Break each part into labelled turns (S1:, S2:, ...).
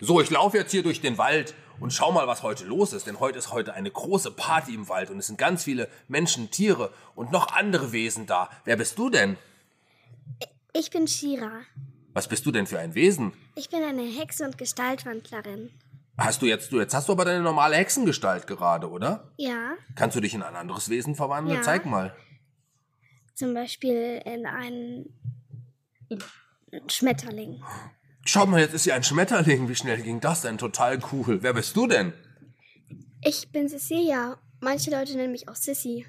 S1: So, ich laufe jetzt hier durch den Wald und schau mal, was heute los ist, denn heute ist heute eine große Party im Wald und es sind ganz viele Menschen, Tiere und noch andere Wesen da. Wer bist du denn?
S2: Ich bin Shira.
S1: Was bist du denn für ein Wesen?
S2: Ich bin eine Hexe und Gestaltwandlerin.
S1: Hast du jetzt, du jetzt hast du aber deine normale Hexengestalt gerade, oder?
S2: Ja,
S1: Kannst du dich in ein anderes Wesen verwandeln?
S2: Ja.
S1: Zeig mal.
S2: zum Beispiel in einen Schmetterling.
S1: Schau mal, jetzt ist hier ein Schmetterling. Wie schnell ging das denn? Total cool. Wer bist du denn?
S2: Ich bin Cecilia. Manche Leute nennen mich auch Sissy.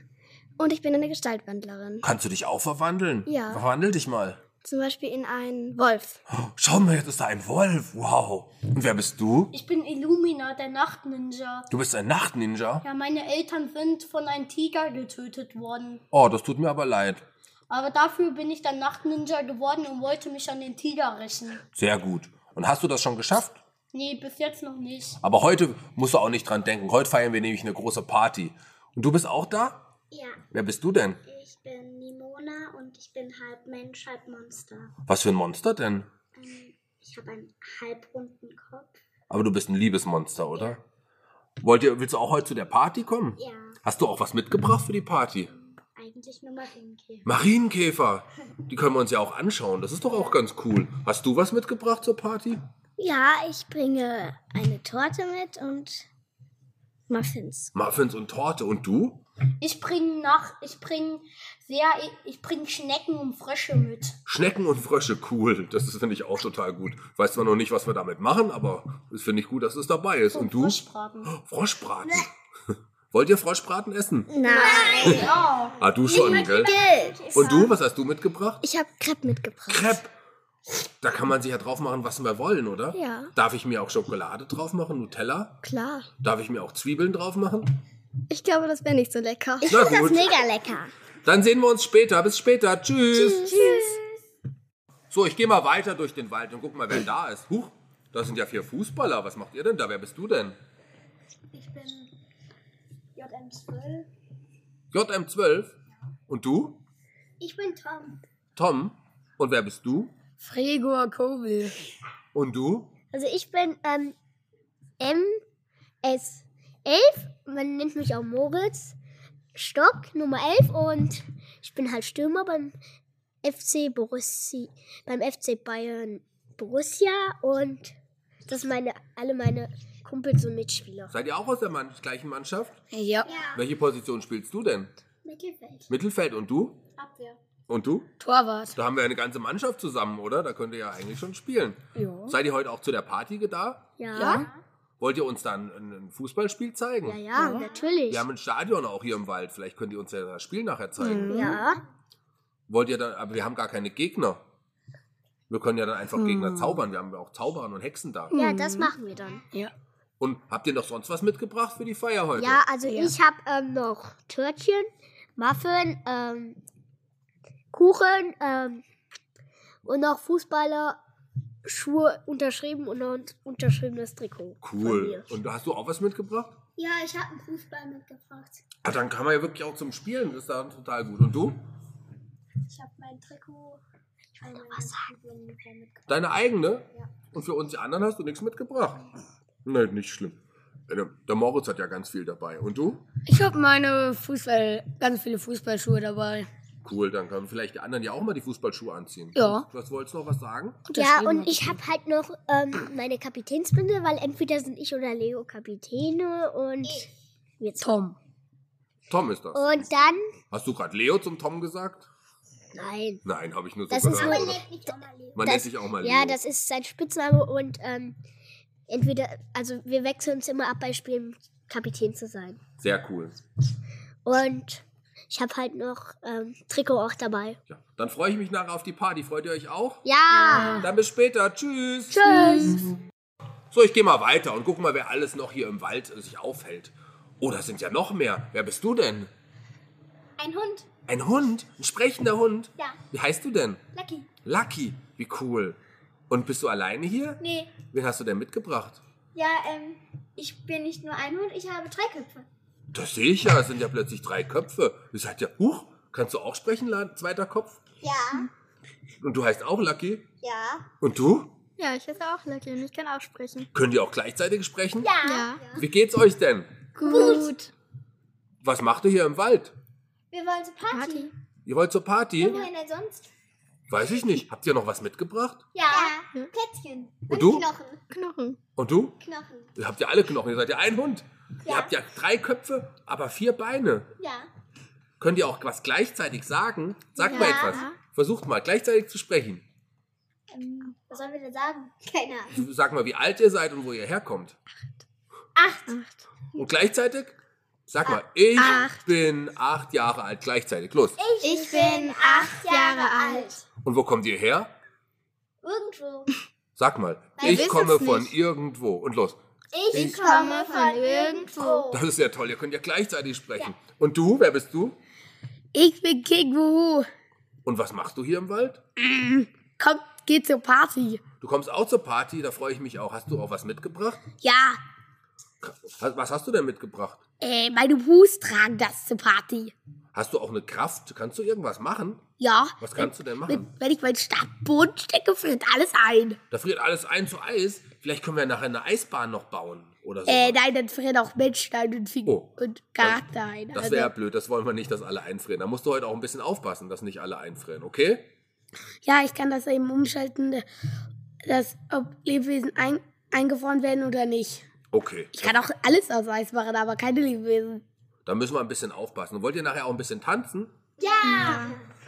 S2: Und ich bin eine Gestaltwandlerin.
S1: Kannst du dich auch verwandeln?
S2: Ja.
S1: Verwandel dich mal.
S2: Zum Beispiel in einen Wolf.
S1: Schau mal, jetzt ist da ein Wolf. Wow. Und wer bist du?
S3: Ich bin Illumina, der Nachtninja.
S1: Du bist ein Nachtninja?
S3: Ja, meine Eltern sind von einem Tiger getötet worden.
S1: Oh, das tut mir aber leid.
S3: Aber dafür bin ich dann Nachtninja geworden und wollte mich an den Tiger rächen.
S1: Sehr gut. Und hast du das schon geschafft?
S3: Nee, bis jetzt noch nicht.
S1: Aber heute musst du auch nicht dran denken. Heute feiern wir nämlich eine große Party. Und du bist auch da?
S2: Ja,
S1: Wer bist du denn?
S2: ich bin Nimona und ich bin halb Mensch, halb Monster. Ähm,
S1: Was für ein Monster denn?
S2: Ich habe einen halbrunden Kopf.
S1: Aber du bist ein Liebesmonster, oder? Wollt ihr, willst du auch heute zu der Party kommen?
S2: Ja,
S1: Hast du auch was mitgebracht für die Party?
S2: eigentlich nur Marienkäfer.
S1: Marienkäfer. Die können wir uns ja auch anschauen. Das ist doch auch ganz cool. Hast du was mitgebracht zur Party?
S2: Ja, ich bringe eine Torte mit und Muffins.
S1: Muffins und Torte. Und du?
S3: Ich bringe nach, ich bringe sehr, ich bringe Schnecken und Frösche mit.
S1: Schnecken und Frösche, cool. Das ist, finde ich auch total gut. Weiß zwar noch nicht, was wir damit machen, aber es finde ich gut, dass es dabei ist. Und du?
S3: Froschbraten.
S1: Froschbraten. Wollt ihr Froschbraten essen?
S2: Hm. Nein.
S3: Ja.
S1: Ah, du schon, gell? Und du, was hast du mitgebracht?
S2: Ich habe Crepe mitgebracht.
S1: Crepe. Da kann man sich ja drauf machen, was wir wollen, oder?
S2: Ja.
S1: Darf ich mir auch Schokolade drauf machen, Nutella?
S2: Klar.
S1: Darf ich mir auch Zwiebeln drauf machen?
S2: Ich glaube, das wäre nicht so lecker. Ich
S1: Na gut.
S2: mega lecker.
S1: Dann sehen wir uns später. Bis später. Tschüss. So, ich gehe mal weiter durch den Wald und guck mal, wer da ist. Huch, da sind ja vier Fußballer. Was macht ihr denn da? Wer bist du denn?
S3: Ich bin JM12.
S1: JM12. Und du?
S3: Ich bin Tom.
S1: Tom. Und wer bist du?
S4: Gregor Kobel.
S1: Und du?
S2: Also ich bin ähm, MS11. Man nennt mich auch Moritz. Stock Nummer 11 und ich bin halt Stürmer beim FC Borussia, beim FC Bayern Borussia und das sind meine, alle meine Kumpels und Mitspieler.
S1: Seid ihr auch aus der Mann gleichen Mannschaft?
S4: Ja.
S1: Welche Position spielst du denn?
S2: Mittelfeld.
S1: Mittelfeld und du?
S3: Abwehr.
S1: Und du?
S4: Torwart.
S1: Da haben wir eine ganze Mannschaft zusammen, oder? Da könnt ihr ja eigentlich schon spielen.
S4: Ja.
S1: Seid ihr heute auch zu der Party da?
S2: Ja.
S4: Ja.
S1: Wollt ihr uns dann ein ein Fußballspiel zeigen?
S2: Ja, ja, natürlich.
S1: Wir haben ein Stadion auch hier im Wald. Vielleicht könnt ihr uns ja das Spiel nachher
S4: Mhm.
S1: zeigen.
S2: Ja.
S1: Wollt ihr dann, aber wir haben gar keine Gegner. Wir können ja dann einfach
S4: Mhm.
S1: Gegner zaubern. Wir haben ja auch Zauberer und Hexen da.
S2: ja, das machen wir dann.
S4: Ja.
S1: Und habt ihr noch sonst was mitgebracht für die Feier heute?
S2: Ja, also
S4: Ja.
S2: ich habe ähm, noch Törtchen, Muffin, ähm, Kuchen ähm, und noch Fußballer. Schuhe unterschrieben und noch ein unterschriebenes Trikot. von
S1: Cool.
S2: mir.
S1: Und hast du auch was mitgebracht?
S3: Ja, ich habe einen Fußball mitgebracht.
S1: Ah, dann kann man ja wirklich auch zum Spielen. Das ist dann total gut. Und du?
S3: Ich habe mein Trikot. Ich will noch was sagen.
S1: Deine eigene? Und für uns die anderen hast du nichts mitgebracht. Nein, nicht schlimm. Äh, Der der Moritz hat ja ganz viel dabei. Und du?
S4: Ich habe meine Fußball, ganz viele Fußballschuhe dabei.
S1: Cool, dann können vielleicht die anderen ja auch mal die Fußballschuhe anziehen.
S4: Ja.
S1: Was wolltest du noch was sagen?
S2: Ja, und ich habe halt noch ähm, meine Kapitänsbinde, weil entweder sind ich oder Leo Kapitäne und wir zwei.
S4: Tom.
S1: Tom ist das.
S2: Und dann,
S1: Hast du gerade Leo zum Tom gesagt?
S2: nein,
S1: Nein, habe ich nur so
S2: Das ist
S1: gehört.
S2: aber-
S1: oder?
S2: Leo.
S1: Man nennt sich auch mal Leo.
S2: Ja, das ist sein Spitzname und ähm, entweder, also wir wechseln uns immer ab bei Spielen, um Kapitän zu sein.
S1: Sehr cool.
S2: Und ich habe halt noch ähm, Trikot auch dabei.
S1: Ja. Dann freue ich mich nachher auf die Party. Freut ihr euch auch?
S2: Ja!
S1: Dann bis später. Tschüss.
S2: Tschüss!
S1: So, ich gehe mal weiter und guck mal, wer alles noch hier im Wald äh, sich aufhält. Oh, da sind ja noch mehr. Wer bist du denn?
S3: Ein Hund.
S1: Ein Hund? Ein sprechender Hund?
S3: Ja.
S1: Wie heißt du denn?
S3: Lucky.
S1: Lucky. Wie cool. Und bist du alleine hier?
S3: Nee.
S1: Wen hast du denn mitgebracht?
S3: Ja, ähm, ich bin nicht nur ein Hund, ich habe drei Köpfe.
S1: Das sehe ich ja. Es sind ja plötzlich drei Köpfe. Ihr seid ja. Huch, kannst du auch sprechen, La- zweiter Kopf?
S3: Ja.
S1: Und du heißt auch Lucky?
S3: Ja.
S1: Und du?
S5: Ja, ich heiße auch Lucky und ich kann auch sprechen.
S1: Könnt ihr auch gleichzeitig sprechen?
S3: Ja.
S5: Ja.
S1: Wie geht's euch denn?
S5: Gut.
S1: Was macht ihr hier im Wald?
S3: Wir wollen zur Party.
S5: Party.
S1: Ihr wollt zur Party?
S3: Wohin denn sonst?
S1: Weiß ich nicht. Habt ihr noch was mitgebracht?
S3: Ja.
S5: Hm.
S3: Plätzchen.
S1: Und du?
S3: Knochen.
S5: Knochen.
S1: Und du?
S3: Knochen.
S1: Ihr habt ja alle Knochen. Ihr seid ja ein Hund. Ihr
S3: Ja.
S1: habt ja drei Köpfe, aber vier Beine.
S3: Ja.
S1: Könnt ihr auch was gleichzeitig sagen? Sagt mal
S3: Ja.
S1: etwas. Versucht mal, gleichzeitig zu sprechen.
S3: Ähm, was sollen wir denn sagen? Keine Ahnung.
S1: Sag mal, wie alt ihr seid und wo ihr herkommt.
S3: Acht.
S1: Und gleichzeitig? Sag mal, ich bin acht Jahre alt. Gleichzeitig. Los.
S5: Ich bin acht Jahre alt.
S1: Und wo kommt ihr her?
S3: Irgendwo.
S1: Sag mal,
S5: Wir
S1: ich
S5: wissen's
S1: komme von
S5: nicht.
S1: irgendwo. Und los.
S5: Ich komme von irgendwo.
S1: Das ist ja toll, ihr könnt ja gleichzeitig sprechen. Und du, wer bist du?
S4: Ich bin King Wuhu.
S1: Und was machst du hier im Wald?
S4: Kommt, geht Mm, zur Party.
S1: Du kommst auch zur Party, da freue ich mich auch. Hast du auch was mitgebracht?
S4: Ja,
S1: Was hast du denn mitgebracht?
S4: äh, meine Wus tragen das zur Party.
S1: Hast du auch eine Kraft? Kannst du irgendwas machen?
S4: Ja,
S1: Was kannst du denn
S4: wenn,
S1: machen?
S4: wenn ich meinen Stadtboden stecke, friert alles ein.
S1: Da friert alles ein zu Eis. Vielleicht können wir nachher eine Eisbahn noch bauen oder so.
S4: Äh, nein, dann frieren auch Menschen ein und, Fing
S1: Oh.
S4: und Charakter ein.
S1: das
S4: Also,
S1: wäre ja blöd, das wollen wir nicht, dass alle einfrieren. Da musst du heute auch ein bisschen aufpassen, dass nicht alle einfrieren, okay?
S4: ja, ich kann das eben umschalten, äh, dass, ob Lebewesen ein, eingefroren werden oder nicht.
S1: Okay.
S4: Ich kann auch alles aus Eis machen, aber keine Lebewesen.
S1: Da müssen wir ein bisschen aufpassen. Wollt ihr nachher auch ein bisschen tanzen?
S3: Ja.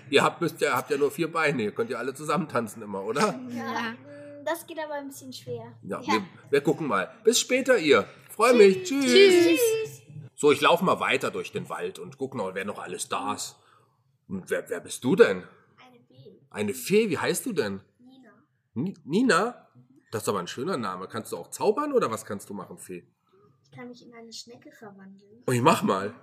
S1: Ihr habt, müsst ja, habt ja nur vier Beine, ihr könnt ja alle zusammen tanzen immer, oder?
S3: ja.
S5: Hm,
S3: Mm, Das geht aber ein bisschen schwer.
S1: Ja, Wir, wir gucken mal. Bis später, ihr. Freue mich. Tschüss. Tschüss. So, ich laufe mal weiter durch den Wald und guck noch, wer noch alles da ist. Und wer, wer bist du denn?
S3: Eine B.
S1: Eine Fee, wie heißt du denn?
S3: Nina.
S1: Ni- Nina? Das ist aber ein schöner Name. Kannst du auch zaubern oder was kannst du machen, Fee?
S3: Ich kann mich in eine Schnecke verwandeln.
S1: Oh, ich mach mal.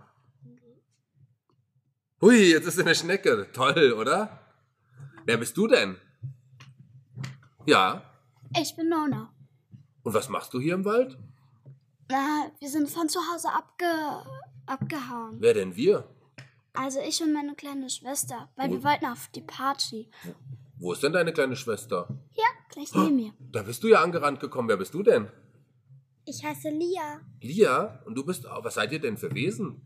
S1: Hui, jetzt ist sie eine Schnecke. Toll, oder? Wer bist du denn? Ja.
S5: Ich bin Nona.
S1: Und was machst du hier im Wald?
S5: Na, wir sind von zu Hause abge abgehauen.
S1: Wer denn wir?
S5: Also ich und meine kleine Schwester, weil
S1: Oh.
S5: wir wollten auf die Party.
S1: Wo ist denn deine kleine Schwester?
S5: Ja, gleich neben mir.
S1: Da bist du ja angerannt gekommen. Wer bist du denn?
S2: Ich heiße Lia.
S1: Lia? Und du bist. Was seid ihr denn für Wesen?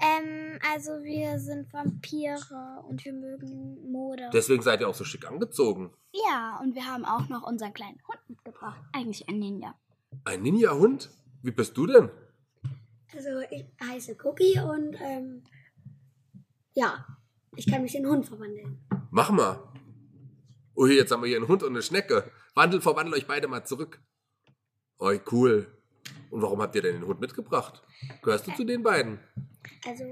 S2: Ähm, also wir sind Vampire und wir mögen Mode.
S1: Deswegen seid ihr auch so schick angezogen.
S5: Ja, und wir haben auch noch unseren kleinen Hund mitgebracht. Eigentlich ein Ninja.
S1: Ein Ninja-Hund? Wie bist du denn?
S6: Also ich heiße Cookie und ähm, ja, ich kann mich in einen Hund verwandeln.
S1: Mach mal. Ui, jetzt haben wir hier einen Hund und eine Schnecke. Wandel, verwandel euch beide mal zurück. Oi, cool. Und warum habt ihr denn den Hund mitgebracht? Gehörst du zu den beiden?
S6: Also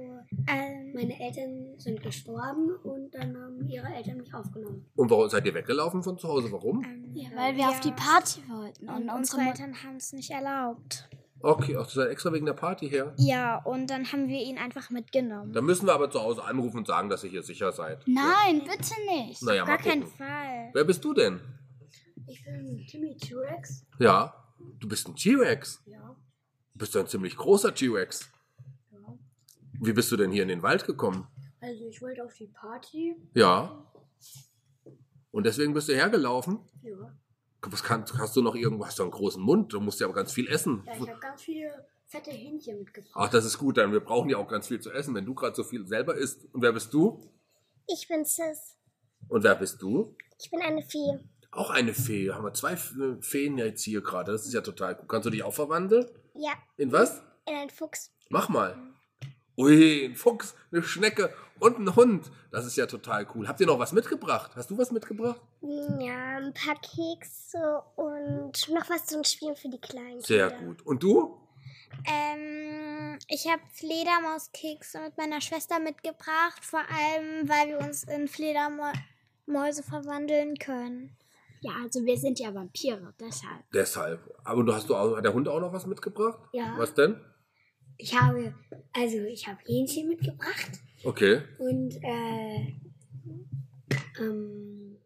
S2: ähm,
S6: meine Eltern sind gestorben und dann haben ihre Eltern mich aufgenommen.
S1: Und warum seid ihr weggelaufen von zu Hause? Warum?
S5: Ja, weil wir auf die Party wollten. Und,
S2: Und
S5: unsere
S2: unsere
S5: Mutter.
S2: Eltern haben es nicht erlaubt.
S1: Okay, ach, du seid extra wegen der Party her.
S2: Ja, und dann haben wir ihn einfach mitgenommen.
S1: Dann müssen wir aber zu Hause anrufen und sagen, dass ihr hier sicher seid.
S5: Nein, bitte nicht.
S1: Naja, mal
S2: Gar keinen
S1: gucken.
S2: Fall.
S1: Wer bist du denn?
S6: Ich bin Timmy T-Rex.
S1: Ja, du bist ein T-Rex.
S6: Ja.
S1: Du bist ein ziemlich großer T-Rex. Wie bist du denn hier in den Wald gekommen?
S6: Also ich wollte auf die Party.
S1: Ja. Und deswegen bist du hergelaufen?
S6: Ja.
S1: Was kann, hast du noch irgendwo? Hast du einen großen Mund? Du musst ja aber ganz viel essen.
S6: ja ich habe ganz viele fette Hähnchen mitgebracht.
S1: Ach, das ist gut, dann wir brauchen ja auch ganz viel zu essen, wenn du gerade so viel selber isst. Und wer bist du?
S2: Ich bin Sis.
S1: Und wer bist du?
S2: Ich bin eine Fee.
S1: Auch eine Fee. Haben wir zwei F- Feen jetzt hier gerade. Das ist ja total gut. Kannst du dich auch verwandeln?
S2: Ja,
S1: In was?
S2: in einen Fuchs.
S1: Mach mal. Ui, ein Fuchs, eine Schnecke und ein Hund. Das ist ja total cool. Habt ihr noch was mitgebracht? Hast du was mitgebracht?
S2: Ja, ein paar Kekse und noch was zum Spielen für die Kleinen.
S1: Sehr
S2: Kinder.
S1: gut. Und du?
S2: Ähm, ich habe Fledermauskekse mit meiner Schwester mitgebracht, vor allem, weil wir uns in Fledermäuse verwandeln können.
S5: Ja, also wir sind ja Vampire, deshalb.
S1: Deshalb. Aber du hast du auch, hat der Hund auch noch was mitgebracht?
S6: Ja.
S1: Was denn?
S6: Ich habe, also ich habe Hähnchen mitgebracht
S1: Okay.
S6: und äh, ähm,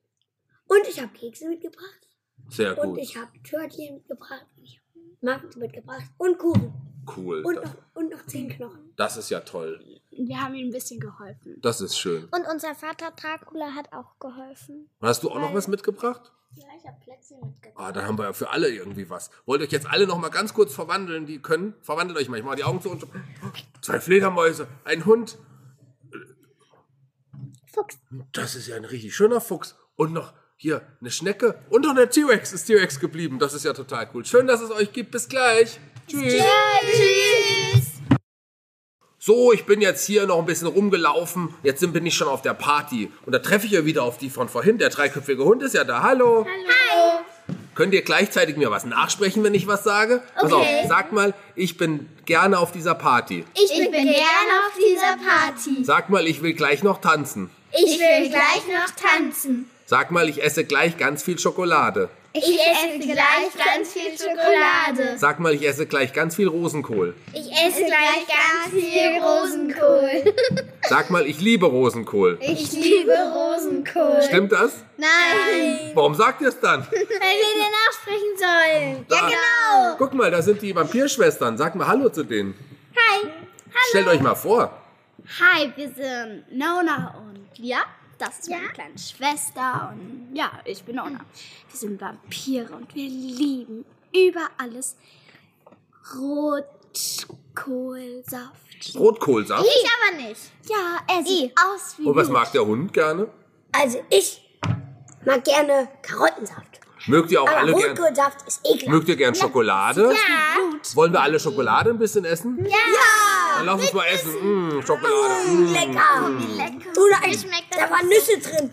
S6: und ich habe Kekse mitgebracht.
S1: Sehr
S6: Und
S1: gut.
S6: ich habe Törtchen mitgebracht, ich habe Marken mitgebracht und Kuchen
S1: Cool.
S6: und
S1: Das,
S6: noch, und noch zehn Knochen.
S1: das ist ja toll.
S7: Wir haben ihm ein bisschen geholfen.
S1: Das ist schön.
S2: Und unser Vater Dracula hat auch geholfen.
S1: Und hast du auch noch was mitgebracht?
S3: Ja, ich habe Plätzchen mitgebracht.
S1: Ah, dann haben wir ja für alle irgendwie was. Wollt euch jetzt alle noch mal ganz kurz verwandeln, die können? Verwandelt euch mal. Ich mache die Augen zu und zwei Fledermäuse, ein Hund.
S2: Fuchs.
S1: Das ist ja ein richtig schöner Fuchs. Und noch hier eine Schnecke und noch der T-Rex ist T-Rex geblieben. Das ist ja total cool. Schön, dass es euch gibt. Bis gleich. Tschüss. So, ich bin jetzt hier noch ein bisschen rumgelaufen. Jetzt sind- bin ich schon auf der Party. Und da treffe ich ja wieder auf die von vorhin. Der dreiköpfige Hund ist ja da. Hallo. Könnt ihr gleichzeitig mir was nachsprechen, wenn ich was sage? Pass auf, sag mal, ich bin gerne auf dieser Party.
S5: Ich, bin gern auf dieser Party.
S1: Sag mal, ich will gleich noch tanzen.
S5: Ich will gleich noch tanzen.
S1: Sag mal, ich esse gleich ganz viel Schokolade.
S5: Ich esse gleich ganz viel Schokolade.
S1: Sag mal, ich esse gleich ganz viel Rosenkohl.
S5: Ich esse gleich ganz viel Rosenkohl.
S1: Sag mal, ich liebe Rosenkohl.
S5: Ich liebe Rosenkohl.
S1: Stimmt das?
S5: Nein,
S1: Warum sagt ihr es dann?
S5: weil wir dir nachsprechen sollen.
S1: Da, genau. Guck mal, da sind die Vampirschwestern. Sag mal Hallo zu denen.
S5: Hi.
S1: Stellt euch mal vor.
S7: Hi, wir sind Nona und Lia. Das ist meine kleine Schwester und ja, ich bin Nona. Wir sind Vampire und wir lieben über alles Rotkohlsaft.
S1: Rotkohlsaft.
S5: Ich aber nicht.
S7: Ja, er sieht aus wie
S1: Und Oh, was
S7: Blut.
S1: mag der Hund gerne?
S6: Also ich mag gerne Karottensaft.
S1: Mögt ihr auch
S6: Aber
S1: alle gern?
S6: Rotkohlsaft ist eklig.
S1: Mögt ihr gern Schokolade? Ja. Wollen wir alle Schokolade ein bisschen essen? Ja. Dann lass uns mal essen. Mm, Schokolade. Mm.
S6: Lecker. Oder ein,
S3: Mhm.
S6: da waren Nüsse drin.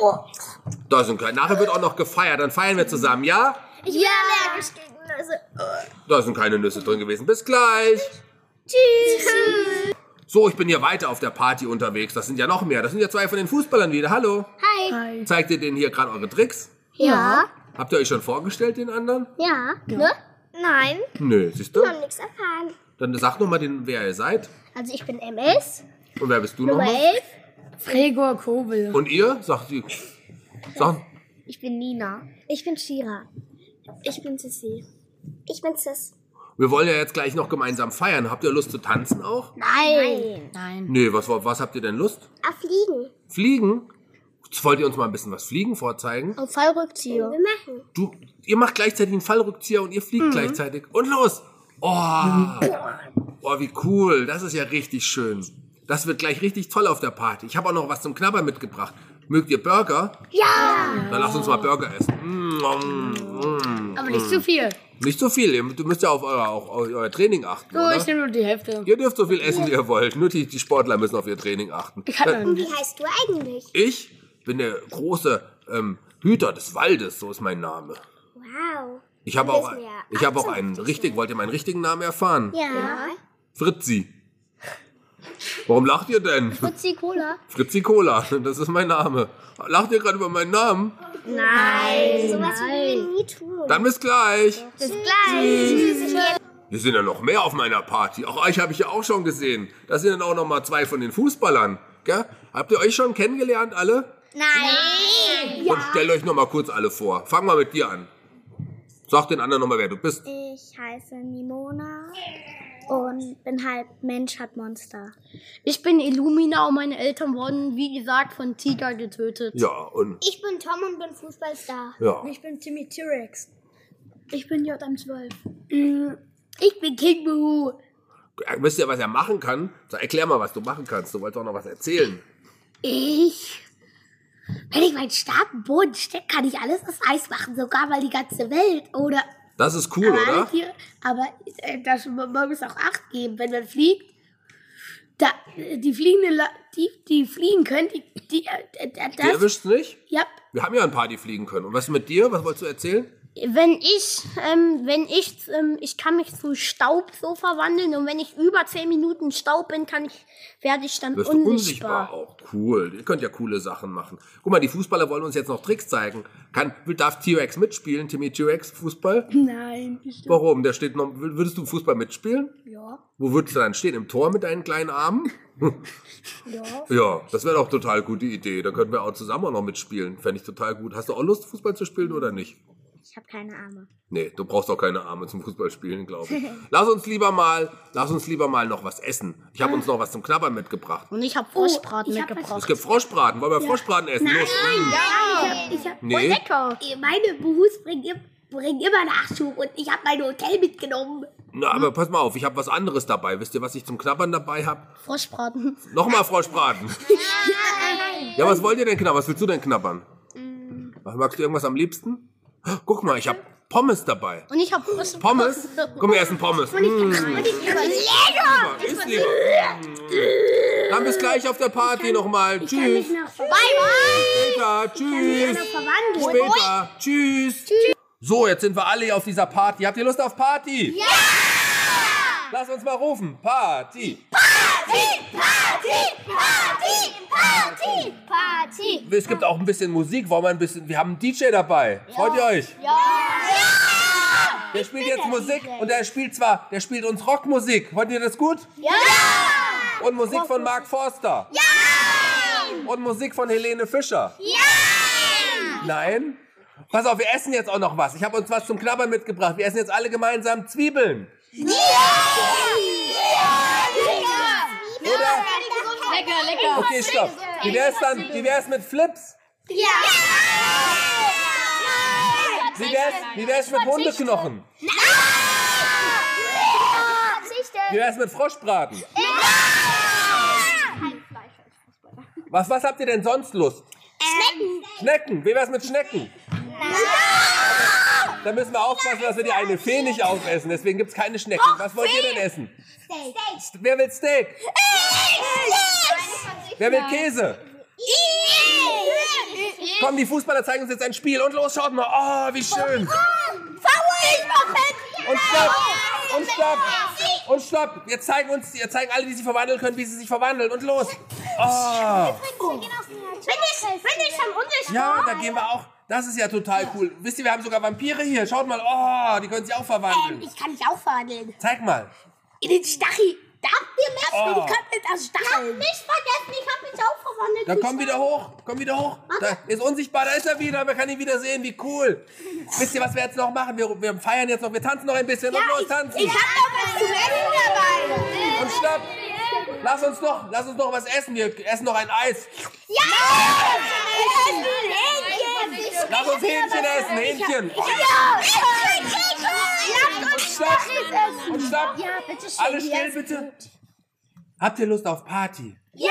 S6: Oh,
S1: Da sind kleine. Nachher wird auch noch gefeiert. Dann feiern wir zusammen, ja?
S5: Ich bin allergisch gegen Nüsse.
S1: Da sind keine Nüsse drin gewesen. Bis gleich.
S5: Tschüss.
S1: So, ich bin hier weiter auf der Party unterwegs. Das sind ja noch mehr. Das sind ja zwei von den Fußballern wieder. Hallo.
S2: Hi.
S1: Zeigt ihr denen hier gerade eure Tricks?
S2: Ja.
S1: Habt ihr euch schon vorgestellt, den anderen?
S2: Ja. Ne?
S5: Nein,
S1: Nö, siehst du?
S5: nichts erfahren.
S1: Dann sagt nochmal, wer ihr seid.
S2: Also ich bin MS,
S1: Und wer bist du
S2: Nummer
S1: nochmal?
S2: 11.
S4: Gregor Kobel.
S1: Und ihr? Sagt sie. Sagt,
S2: Ich bin Nina. Ich bin Shira.
S5: Ich bin Sissi. Ich bin Sis.
S1: wir wollen ja jetzt gleich noch gemeinsam feiern. Habt ihr Lust zu tanzen auch?
S2: Nein.
S1: Nee, was, was habt ihr denn Lust?
S5: Ah, fliegen.
S1: Fliegen? Jetzt wollt ihr uns mal ein bisschen was Fliegen vorzeigen?
S2: Auf Fallrückzieher.
S5: Wir machen.
S1: Du, ihr macht gleichzeitig einen Fallrückzieher und ihr fliegt gleichzeitig. Und los! Oh. oh, wie cool. Das ist ja richtig schön. Das wird gleich richtig toll auf der Party. Ich habe auch noch was zum Knabbern mitgebracht. Mögt ihr Burger? Ja! Dann lasst uns mal Burger essen. Mm, mm, mm.
S4: Aber nicht zu viel.
S1: Nicht so viel. Ihr du müsst ja auf euer, auch, auf euer Training achten.
S4: So, ich
S1: oder?
S4: nehme nur die Hälfte.
S1: Ihr dürft so viel essen, wie ihr wollt. Nur die, die Sportler müssen auf ihr Training achten. Äh,
S4: Ich kann einen.
S5: Wie heißt du eigentlich?
S1: Ich bin der große ähm, Hüter des Waldes. So ist mein Name.
S5: Wow.
S1: Ich habe auch,
S5: wissen ja
S1: ich habe auch einen richtigen, wollt ihr meinen richtigen Namen erfahren?
S2: Ja.
S1: Fritzi. Warum lacht ihr denn?
S2: Fritzi Cola.
S1: Fritzi Cola, das ist mein Name. Lacht ihr gerade über meinen Namen?
S5: Sowas würden wir nie tun.
S1: Dann bis gleich.
S5: Bis gleich.
S1: Hier sind ja noch mehr auf meiner Party. Auch euch habe ich ja auch schon gesehen. Da sind dann auch noch mal zwei von den Fußballern. Gell? Habt ihr euch schon kennengelernt, alle?
S5: Nein.
S1: Und stellt euch noch mal kurz alle vor. Fang mal mit dir an. Sag den anderen noch mal, wer du bist.
S5: Ich heiße Nimona und bin halb Mensch, halb Monster.
S7: Ich bin Illumina und meine Eltern wurden, wie gesagt, von Tiger getötet.
S1: Ja, und
S5: Ich bin Tom und bin Fußballstar.
S1: ja.
S6: ich bin Timmy T-Rex.
S7: Ich bin JM12.
S4: Ich bin King Boo.
S1: Wisst ihr, was er machen kann? So, erklär mal, was du machen kannst. Du wolltest auch noch was erzählen.
S4: Ich. Wenn ich meinen Stab im Boden stecke, kann ich alles aus Eis machen, sogar mal die ganze Welt. Oder.
S1: Das ist cool,
S4: Aber
S1: oder?
S4: Hier, aber äh, da schon- man muss auch Acht geben, wenn man fliegt. Da, die fliegende Le- die, die fliegen können, die. die äh, äh,
S1: Ihr
S4: das,
S1: erwischt's nicht?
S4: ja,
S1: Wir haben ja ein Party fliegen können. Und was ist mit dir? Was wolltest du erzählen?
S7: Wenn ich, ähm, wenn ich, ähm, ich kann mich zu Staub so verwandeln und wenn ich über 10 Minuten Staub bin, kann ich, werde ich dann
S1: Wirst du unsichtbar
S7: unsichtbar.
S1: auch. Cool. Ihr könnt ja coole Sachen machen. Guck mal, die Fußballer wollen uns jetzt noch Tricks zeigen. Kann, darf T-Rex mitspielen? Timmy T-Rex Fußball?
S4: nein, bestimmt.
S1: Warum? Der steht noch. Würdest du Fußball mitspielen? Ja. Wo würdest du dann stehen? Im Tor mit deinen kleinen Armen? ja. Ja, das wäre doch total gute Idee. Dann könnten wir auch zusammen auch noch mitspielen. Fände ich total gut. Hast du auch Lust, Fußball zu spielen oder nicht?
S7: Ich
S3: habe keine Arme.
S1: Nee, du brauchst auch keine Arme zum Fußballspielen, glaube ich. Lass uns lieber mal, lass uns lieber mal noch was essen. Ich habe uns noch was zum Knabbern mitgebracht.
S4: Und Oh, ich habe Froschbraten
S8: ich hab was-
S4: mitgebracht.
S1: Es gibt Froschbraten. Wollen wir Froschbraten essen? Los. Mm.
S8: Nein, ich hab, ich
S1: Nee.
S8: hab, meine Buhus bringen im- bringen immer Nachschub und ich habe mein Hotel mitgenommen.
S1: Na, aber pass mal auf, ich habe was anderes dabei. Wisst ihr, was ich zum Knabbern dabei habe?
S4: Froschbraten.
S1: Nochmal Froschbraten. Ja, was wollt ihr denn knabbern? Was willst du denn knabbern? Was magst du irgendwas am liebsten? Guck mal, ich habe Pommes dabei.
S4: Und ich habe Froschbraten.
S1: Pommes? Komm, wir essen Pommes. Mm. Lecker! Ist lieber. Mm. Dann bis gleich auf der Party nochmal. Tschüss. Später. Tschüss. Später. Tschüss. So, jetzt sind wir alle hier auf dieser Party. Habt ihr Lust auf Party? Ja! Lass uns mal rufen. Party.
S9: Party! Party!
S1: Es gibt auch ein bisschen Musik. Wollen wir ein bisschen. Wir haben einen DJ dabei. Freut ihr euch? Ja! Der spielt jetzt Musik und der spielt zwar, der spielt uns Rockmusik. Wollt ihr das gut? Ja! Und Musik von Mark Forster. Ja! Und Musik von Helene Fischer. Ja! Nein? Pass auf, wir essen jetzt auch noch was. Ich habe uns was zum Knabbern mitgebracht. Wir essen jetzt alle gemeinsam Zwiebeln. Ja! Oder?
S9: Lecker, lecker!
S1: Okay, stopp. Wie wär's dann? Wie wär's mit Flips? Ja! Wie wär's, wie wär's mit Hundeknochen? Nein! Wie wär's mit Froschbraten? Was, was habt ihr denn sonst Lust? Schnecken. Schnecken. Wie wär's mit Schnecken? Da müssen wir aufpassen, dass wir die eine Fee nicht aufessen. Deswegen gibt's keine Schnecken. Was wollt ihr denn essen? Steak. Wer will Steak? Wer will Käse? Komm, die Fußballer zeigen uns jetzt ein Spiel und los, schaut mal. Oh, wie schön. Und stopp. Und stopp. Und stopp. Jetzt zeigen uns, jetzt zeigen alle, die sie verwandeln können, wie sie sich verwandeln. Und los. Oh. Ja, da gehen wir auch. Das ist ja total cool. Wisst ihr, wir haben sogar Vampire hier. Schaut mal. Oh, die können sich auch verwandeln.
S8: Ähm, Ich kann mich auch verwandeln.
S1: Zeig mal.
S8: In den Stachy. Da habt ihr Messer,
S1: Oh.
S8: die können nicht aus Stacheln.
S9: Nicht vergessen, ich hab mich auch verwandelt.
S1: Da komm wieder hoch, komm wieder hoch. Da ist unsichtbar, da ist er wieder, man kann ihn wieder sehen, wie cool. Wisst ihr, was wir jetzt noch machen? Wir, wir feiern jetzt noch, wir tanzen noch ein bisschen und los tanzen.
S8: Ich hab noch was zu essen dabei.
S1: Und stopp! Lass uns noch, lass uns noch was essen. Wir essen noch ein Eis. Ja! Lass uns Hähnchen essen, Hähnchen. Und stopp! Und stopp! Alle still bitte. Habt ihr Lust auf Party? Ja!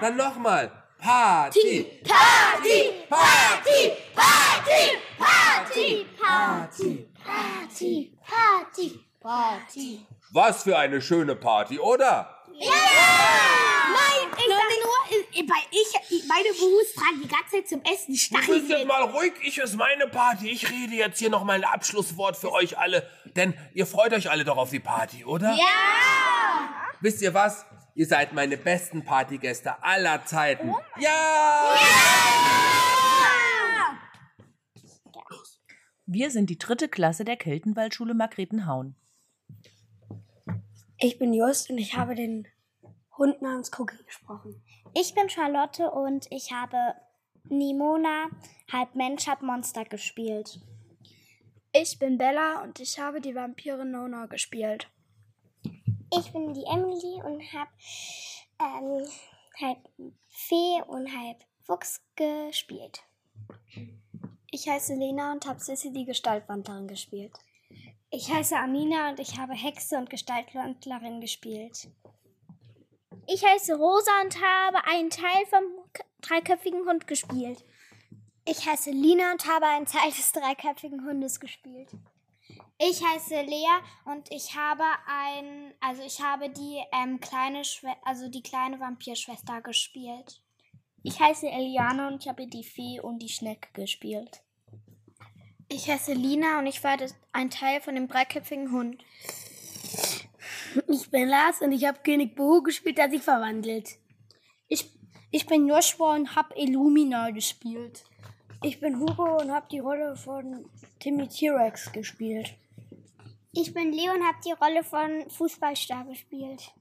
S1: Dann nochmal. Party. Party. Party. Party. Party.
S9: Party, Party, Party.
S1: Was für eine schöne Party, oder?
S8: Nein, ich dachte nur, ich- weil ich, ich- meine Buhus tragen die ganze Zeit zum Essen
S1: Du bist jetzt
S8: Stacheln.
S1: mal ruhig, ich ist meine Party. Ich rede jetzt hier noch mein Abschlusswort für euch alle, denn ihr freut euch alle doch auf die Party, oder? Ja! Wisst ihr was? Ihr seid meine besten Partygäste aller Zeiten. ja!
S10: Wir sind die dritte Klasse der Keltenwaldschule Margretenhauen.
S11: Ich bin Just und ich habe den Hund namens Cookie gesprochen.
S2: Ich bin Charlotte und ich habe Nimona, halb Mensch, halb Monster gespielt.
S4: Ich bin Bella und ich habe die Vampire Nona gespielt.
S2: Ich bin die Emily und habe ähm, halb Fee und halb Fuchs gespielt. Ich heiße Lena und habe Sissy die Gestaltwandlerin gespielt. Ich heiße Amina und ich habe Hexe und Gestaltwandlerin gespielt.
S3: Ich heiße Rosa und habe einen Teil vom k- dreiköpfigen Hund gespielt.
S2: Ich heiße Lina und habe einen Teil des dreiköpfigen Hundes gespielt. Ich heiße Lea und ich habe ein, also ich habe die ähm, kleine, Schwe also die kleine Vampirschwester gespielt.
S4: Ich heiße Eliana und ich habe die Fee und die Schnecke gespielt.
S2: Ich heiße Lina und ich war ein Teil von dem dreiköpfigen Hund.
S8: Ich bin Lars und ich habe König Buhu gespielt, der sich verwandelt.
S4: Ich, ich bin Joshua und habe Illumina gespielt.
S11: Ich bin Hugo und habe die Rolle von Timmy T-Rex gespielt.
S2: Ich bin Leo und habe die Rolle von Fußballstar gespielt.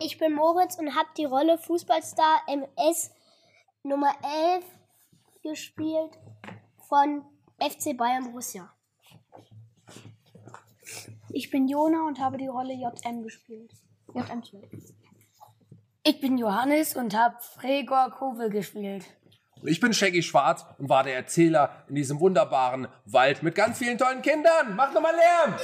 S3: Ich bin Moritz und habe die Rolle Fußballstar MS Nummer 11 gespielt von
S2: FC Bayern Borussia.
S5: Ich bin Jona und habe die Rolle JM gespielt. JM gespielt.
S4: Ich bin Johannes und habe Gregor Kobel gespielt.
S1: Ich bin Shaggy Schwarz und war der Erzähler in diesem wunderbaren Wald mit ganz vielen tollen Kindern. Macht nochmal Lärm!